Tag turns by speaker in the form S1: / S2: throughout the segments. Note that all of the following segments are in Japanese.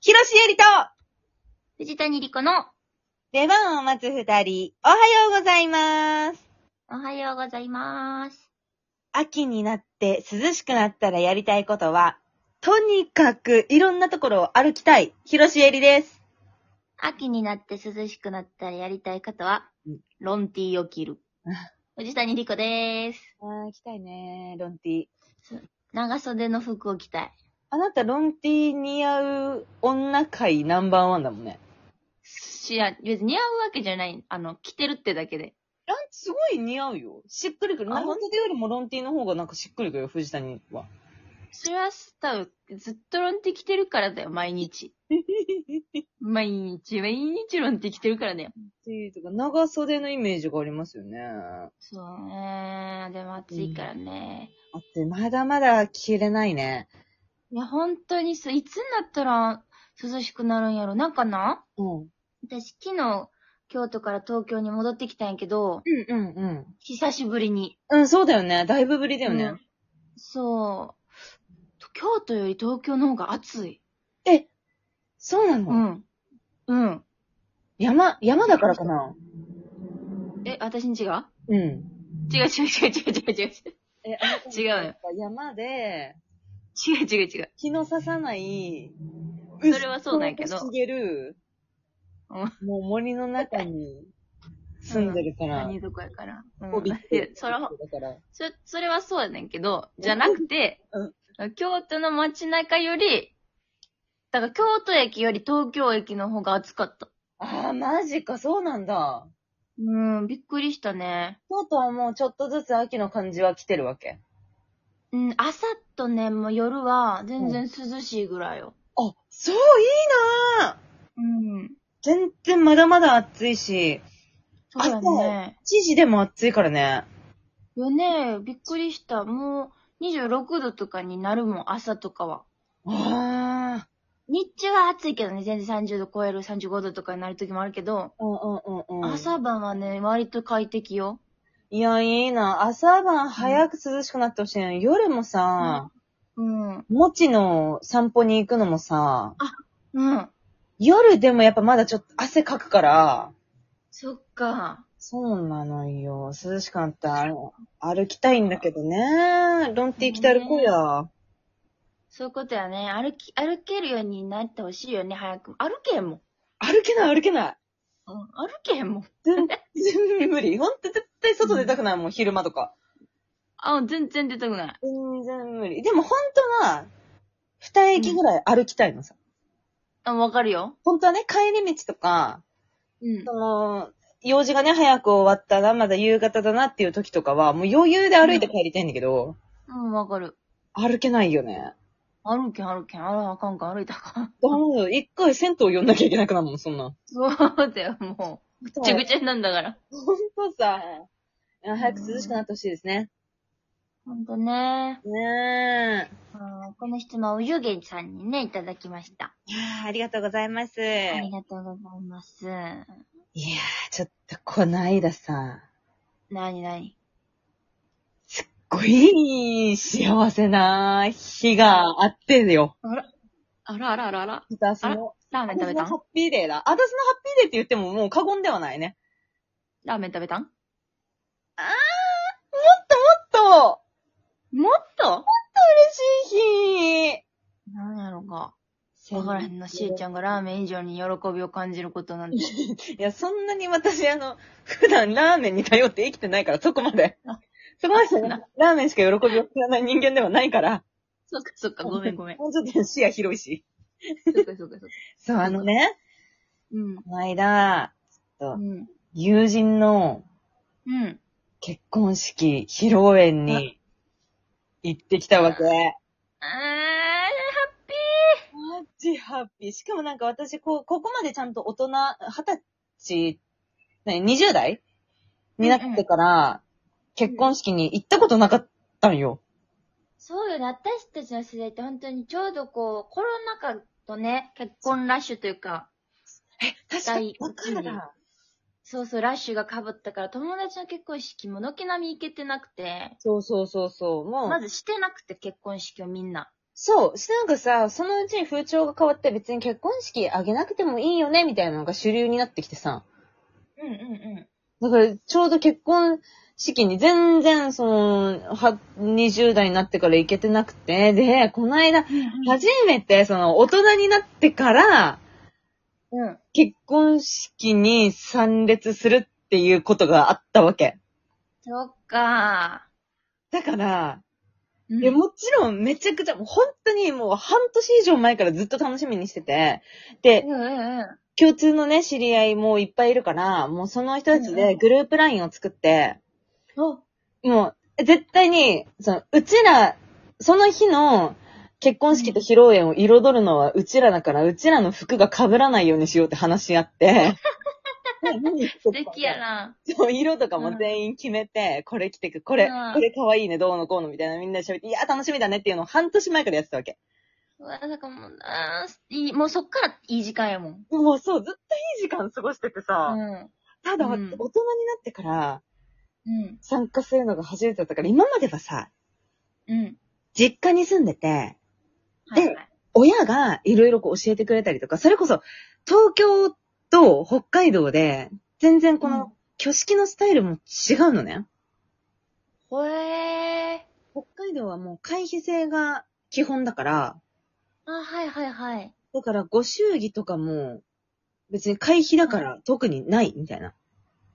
S1: ヒロシエリと、
S2: 藤谷莉子の、
S1: 出番を待つ二人、おはようございます。
S2: おはようございます。
S1: 秋になって涼しくなったらやりたいことは、とにかくいろんなところを歩きたい、ヒロシエリです。
S2: 秋になって涼しくなったらやりたい方は
S1: うん、
S2: ロンティーを着 る。藤谷莉子でーす。
S1: あー、行きたいねロンティー。
S2: 長袖の服を着たい。
S1: あなたロンティー似合う女界ナンバーワンだもんね。
S2: しや、別に似合うわけじゃない。あの、着てるってだけで。
S1: ランすごい似合うよ。しっくりくる。
S2: あ
S1: 長袖よりもロンティーの方がなんかしっくりくるよ、藤谷は。
S2: それは多分、ずっとロンティー着てるからだよ、毎 日。毎日、毎日ロンティー着てるからだよ。
S1: っていうとか、長袖のイメージがありますよね。あ
S2: そうねでも暑いからね。
S1: って、まだまだ着れないね。
S2: いや、本当にさ、いつになったら涼しくなるんやろ。なんかな
S1: うん。うん
S2: 私、昨日、京都から東京に戻ってきたんやけど、
S1: うんうん。
S2: 久しぶりに。
S1: うん、そうだよね。だいぶぶりだよね。
S2: うんそう。京都より東京の方が暑い。
S1: え、そうなの、
S2: うん。うん。
S1: 山、山だからかな
S2: え、私に違う
S1: うん。
S2: 違う違う違う違う違う違う。
S1: え、
S2: 違うよ
S1: やっぱ山で、
S2: 違う違う違う。
S1: 日の差さない、
S2: それはそうなんやけど
S1: うっそうと茂る、
S2: う
S1: もう森の中に住んでるから、
S2: 何どこやから。うん。
S1: こびっ
S2: いや
S1: て
S2: そら、
S1: だから、
S2: そ、それはそうやねんけど、じゃなくて、京都の街中より、だから京都駅より東京駅の方が暑かった。
S1: ああ、マジか、そうなんだ。
S2: うん、びっくりしたね。
S1: 京都はもうちょっとずつ秋の感じは来てるわけ。
S2: うん、朝とね、もう夜は全然涼しいぐらいよ。
S1: あ、そう、いいなー
S2: うん。
S1: 全然まだまだ暑いし、
S2: そうやね。
S1: 知事でも暑いからね。
S2: よね、びっくりした。もう26度とかになるもん、朝とかは。
S1: ああ、
S2: 日中は暑いけどね、全然30度超える35度とかになる時もあるけど、
S1: うんうんうんうん。
S2: 朝晩はね、割と快適よ。
S1: いや、いいな。朝晩早く涼しくなってほしいのに、夜もさ、
S2: うん。
S1: もちの散歩に行くのもさ、
S2: うん。
S1: 夜でもやっぱまだちょっと汗かくから、
S2: そっか。
S1: そうなのよ。涼しくなったら歩きたいんだけどね。ロンティー着て歩こうや。
S2: そういうことやね。歩き、歩けるようになってほしいよね、早く。歩けへんもん。
S1: 歩けない歩けない。
S2: うん、歩けへんもん。
S1: 全然無理。ほんと絶対外出たくないもん、昼間とか。
S2: あ、全然出たくない。
S1: 全然無理。でも本当は、二駅ぐらい歩きたいのさ。
S2: あ、わかるよ。
S1: 本当はね、帰り道とか、
S2: うん
S1: そ。の、用事がね、早く終わったな、まだ夕方だなっていう時とかは、もう余裕で歩いて帰りたいんだけど、
S2: うん、わかる。
S1: 歩けないよね。
S2: 歩けん歩けん。あら、あかんかん、歩いたらあかん。
S1: だから一回銭湯呼んなきゃいけなくなるもん、そんなん。
S2: そうだよ、もう。ぐちゃぐちゃなんだから。
S1: ほんとさ、いや早く涼しくなってほしいですね。
S2: ほんとね。
S1: ねえ。
S2: うんこの質問をゆげさんにね、いただきました。
S1: いやあありがとうございます。
S2: あ
S1: い
S2: りがとうございます。
S1: やー、ちょっとこないださ、
S2: なになに
S1: すっごい幸せな日があってよ。
S2: あらあらあらあら。
S1: 私の、
S2: ラーメン食
S1: 私
S2: べ
S1: の
S2: た
S1: ハ
S2: ん
S1: ッピーデーだ。私のハッピーデーって言ってももう過言ではないね。
S2: ラーメン食べたん
S1: と、
S2: もっ
S1: 嬉
S2: と
S1: しい日
S2: なんやろか。わからへんな、しーちゃんがラーメン以上に喜びを感じることなんて。
S1: いや、そんなに私、あの、普段ラーメンに頼って生きてないから、そこまで
S2: あ。
S1: そこまで
S2: な
S1: ラーメンしか喜びを知らない人間ではないから。
S2: そっかそっか、ごめんごめん。
S1: もうちょっと視野広いし。
S2: そっかそっかそっか。
S1: そう、あのね、
S2: うん。
S1: この間、
S2: うん。
S1: 友人の
S2: うん。
S1: 結婚式、披露宴に行ってきたわけ。
S2: あー、ハッピ
S1: マ
S2: ー
S1: ジハッピー。しかもなんか私、こう、ここまでちゃんと大人、二十歳、ね、二十代になってから、結婚式に行ったことなかったんよ。
S2: そうよね。私たちの世代って本当にちょうどこう、コロナ禍とね、結婚ラッシュというか、
S1: 確
S2: かに
S1: だからだ。
S2: そうそう、ラッシュが被ったから、友達の結婚式も軒並み行けてなくて、
S1: そうそうそうそう。もう、
S2: まずしてなくて結婚式をみんな。
S1: そう。しなんかさ、そのうちに風潮が変わって別に結婚式あげなくてもいいよね、みたいなのが主流になってきてさ。
S2: うんうん
S1: だから、ちょうど結婚式に全然、その、は、20代になってから行けてなくて、で、この間、
S2: うん。
S1: 初めて、その、大人になってから、
S2: うん。
S1: 結婚式に参列するっていうことがあったわけ。
S2: そっか
S1: だから、
S2: ー。
S1: いや、もちろんめちゃくちゃ、もう本当にもう半年以上前からずっと楽しみにしてて、で
S2: う、んうんうん。
S1: 共通のね、知り合いもいっぱいいるから、もうその人たち
S2: うんう
S1: で
S2: ん
S1: グループラインを作って、
S2: お
S1: もう、絶対に、その、うちら、その日の結婚式と披露宴を彩るのはうちらだから、うちらの服が被らないようにしようって話し合って、素
S2: 素敵や。な。
S1: そう、色とかも全員決めて、これ着てく、これ
S2: うん、
S1: これ可愛いね、どうのこうのみたいなみんなで喋って、いや、楽しみだねっていうのを半年前からやってたわけ。
S2: うわ、なんかもう、あーいい、もうそっからいい時間やもん。
S1: もうそう、ずっといい時間過ごしててさ、
S2: うん。
S1: ただ、
S2: うん
S1: 大人になってから
S2: うん。
S1: 参加するのが初めてだったから、今まではさ、
S2: うん。
S1: 実家に住んでて、
S2: は
S1: で
S2: いはい。
S1: 親がいろいろこう教えてくれたりとか、それこそ、東京と北海道で、全然こ
S2: うん
S1: の、挙式のスタイルも違うのね。
S2: ほえー。
S1: 北海道はもう回避制が基本だから、
S2: あ、はいはいはい。
S1: だからご祝儀とかも、別に会費だから特にないみたいな。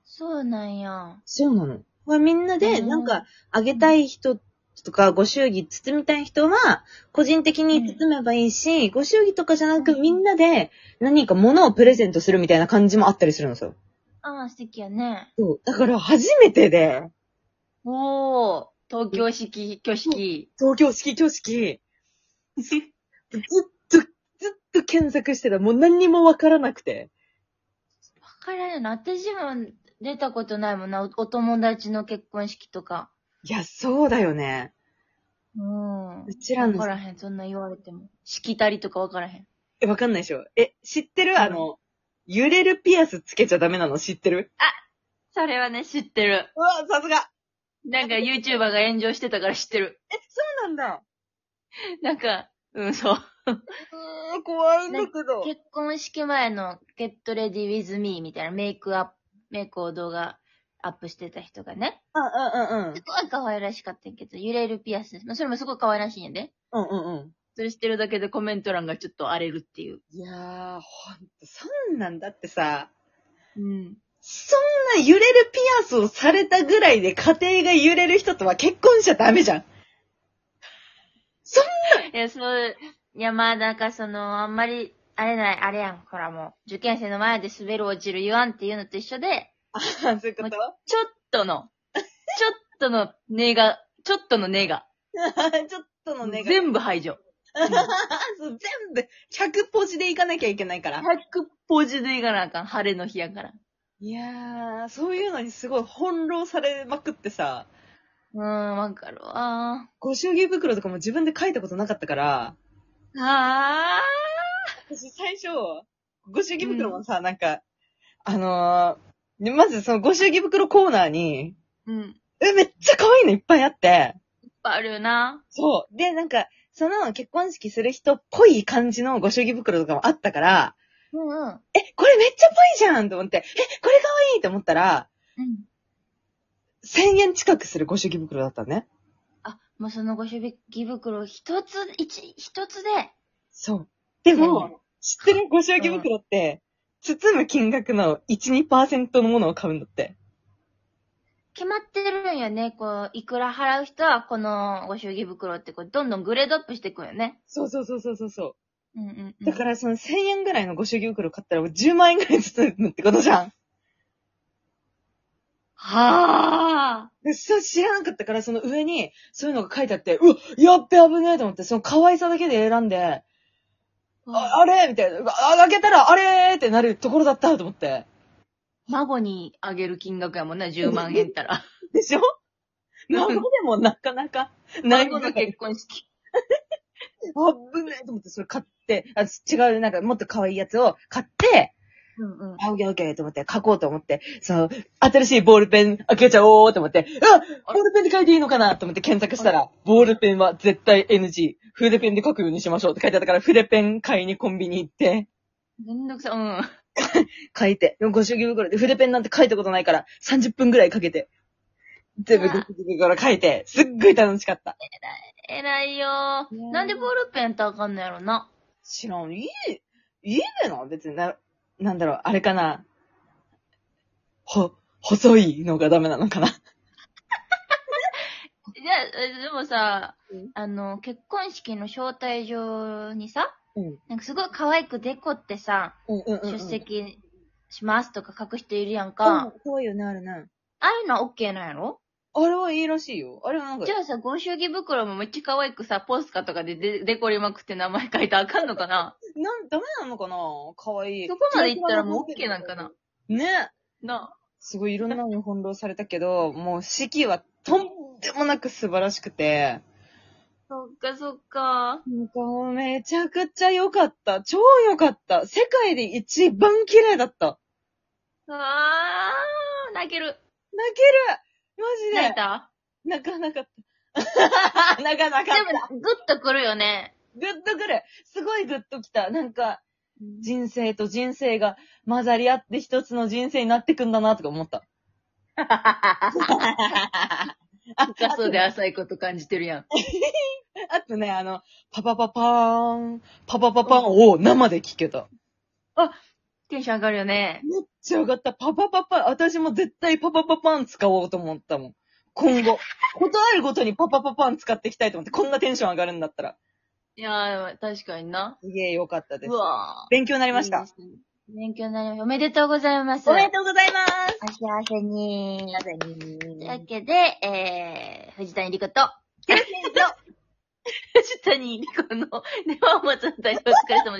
S2: そうなんや。
S1: そうなの。まあ、みんなで、
S2: うん
S1: なんか、あげたい人とか、ご祝儀包みたい人は、個人的に包めばいいし、ご祝儀とかじゃな
S2: う
S1: く、
S2: ん
S1: みんなで何か物をプレゼントするみたいな感じもあったりするんですよ。
S2: ああ、素敵やね。
S1: そう。だから、初めてで、
S2: おお、東京式、挙式。
S1: 東京式挙式、ずっと、ずっと検索してた。もう何にもわからなくて。
S2: わからんよな。私も出たことないもんな。おお友達の結婚式とか。
S1: いや、そうだよね。
S2: うん。
S1: うちらの
S2: わからへん。そんな言われても。しきたりとかわからへん。
S1: え、わかんないでしょ。え、知って
S2: うん
S1: るあの、揺れるピアスつけちゃダメなの知ってる
S2: それはね、知ってる。
S1: うわ、さすが
S2: なんか YouTuber が炎上してたから知ってる。
S1: そうなんだ
S2: なんか、うん、そう。
S1: うーん、怖いんだけど。
S2: 結婚式前の Get Ready With Me みたいなメイクアップ、メイクを動画アップしてた人がね。
S1: うんうんうん
S2: す。ごい可愛らしかったんやけど、揺れるピアス。まあ、それもすごい可愛らしいんやで。
S1: うんうんうん。
S2: それしてるだけでコメント欄がちょっと荒れるっていう。
S1: いやー、ほんと、そんなんだってさ、
S2: うん。
S1: そんな揺れるピアスをされたぐらいで家庭が揺れる人とは結婚しちゃダメじゃん。
S2: いや、そう、いや、まあ、なんかその、あんまり、あれない、あれやん。ほらもう、受験生の前で滑る落ちる言わんっていうのと一緒で、
S1: あそういうこと
S2: ちょっとの、ちょっとの根が、ちょっとの根が、
S1: ちょっとのね、
S2: 全部排除。
S1: そう全部、100ポジでいかなきゃいけないから。
S2: 100ポジでいかなあかん。晴れの日やから。
S1: いやー、そういうのにすごい翻弄されまくってさ、
S2: うーん、わかるわ。
S1: ご祝儀袋とかも自分で書いたことなかったから、
S2: あ
S1: 私最初、ご祝儀袋もさ、なんか、あのーでまずそのご祝儀袋コーナーに、
S2: ー。うん。いっ
S1: え、めっちゃ可愛いのいっぱいあって、
S2: ぱいあるよな。
S1: そう。で、なんか、その結婚式する人っぽい感じのご祝儀袋とかもあったから、
S2: うんうん。
S1: え、これめっちゃぽいじゃんと思って、え、これ可愛いと思ったら、
S2: うん。
S1: 1000円近くするご祝儀袋だったのね。
S2: あ、もうそのご祝儀袋一つ、一、一つで。
S1: そう。で
S2: 1000円
S1: も、知ってるご祝儀袋って、包む金額の1、2%のものを買うんだって。
S2: 決まってるんよね。こう、いくら払う人はこのご祝儀袋ってこう、どんどんグレードアップしていくんよね。
S1: そうそうそうそうそうそう。
S2: うんうん、うん。
S1: だからその1000円ぐらいのご祝儀袋買ったらもう10万円ぐらい包むってことじゃん。
S2: はあ。
S1: でそう知らなかったからその上にそういうのが書いてあって、うわ、やっべ危ねえと思って、その可愛さだけで選んで、ああれみたいな、うわあ開けたらあれーってなるところだったと思って。
S2: 孫にあげる金額やもんな、10万円っ たら。
S1: でしょ
S2: うん
S1: 孫でもなかなか、ない
S2: 孫
S1: も
S2: の
S1: の結
S2: 結婚式。
S1: 構危ねえと思ってそれ買って、あ違う、なんかもっと可愛いやつを買って、
S2: うんうん。
S1: あ、オッケーオッケーと思って、書こうと思って、そう、新しいボールペン開けちゃおうと思って、あボールペンで書いていいのかなと思って検索したら、ボールペンは絶対 NG。筆ペンで書くようにしましょうって書いてあったから、筆ペン買いにコンビニ行って、
S2: めんどくさい。うん。
S1: 書いて、ご祝儀袋で筆ペンなんて書いたことないから、30分くらいかけて、全部ご祝儀袋書いて、すっごい楽しかった。
S2: 偉いよ
S1: ねえ
S2: ー。なんでボールペンってあかんのやろな。
S1: 知らん。いい、家でな、別にな、なんだろう、あれかな。ほ、細いのがダメなのかな。
S2: じゃあ、えでもさ
S1: うん、
S2: あの、結婚式の招待状にさ、
S1: うん。
S2: なんかすごい可愛くデコってさ、
S1: うんうんうん、
S2: 出席しますとか書く人いるやんか。
S1: か。怖いよね、あれね。
S2: ああいうのはオッケーなんやろ
S1: あれはいいらしいよ。あれはなんか
S2: じ、ゃあさ、ご祝儀袋もめっちゃ可愛くさ、ポスカとかでデデコりまくって名前書いたらあかんのかな
S1: なん、ダメなのかなかわいい。
S2: そこまで行ったらもうオッケーなんかな
S1: ね。
S2: な
S1: すごいい ろんなのに翻弄されたけど、もう式はとんでもなく素晴らしくて、
S2: あ。そっかそっか。
S1: もうめちゃくちゃ良かった。超良かった。世界で一番綺麗だった。
S2: あー、泣ける。
S1: 泣けるマ
S2: 泣
S1: ジ
S2: い
S1: で
S2: た
S1: 泣かなかった。 泣かな
S2: で
S1: かった。
S2: も、グッとくるよね。
S1: グッとくる。すごいグッときた。なんか、人生と人生が混ざり合って一つの人生になってくんだなとか思 った。
S2: 深そうで浅いこと感じてるやん。
S1: あとね、あの、パパパパーン、パパパパーンを生で聞けた。
S2: テンション上がるよね。
S1: めっちゃよかった。パパパパ、私も絶対パパパパン使おうと思ったもん。今後。ことあるごとにパパパパン使っていきたいと思って、こんなテンション上がるんだったら。
S2: いやー、確かにな。
S1: すげえよかったです
S2: う。わ
S1: 勉強にな
S2: ー。
S1: りました。
S2: いいですね。勉強になりました。おめでとうございます。
S1: おめでとうございます。
S2: お幸せに。というわ
S1: に。
S2: けで、えー、藤谷莉子と、 藤谷莉子の、では、また大変お疲れ様です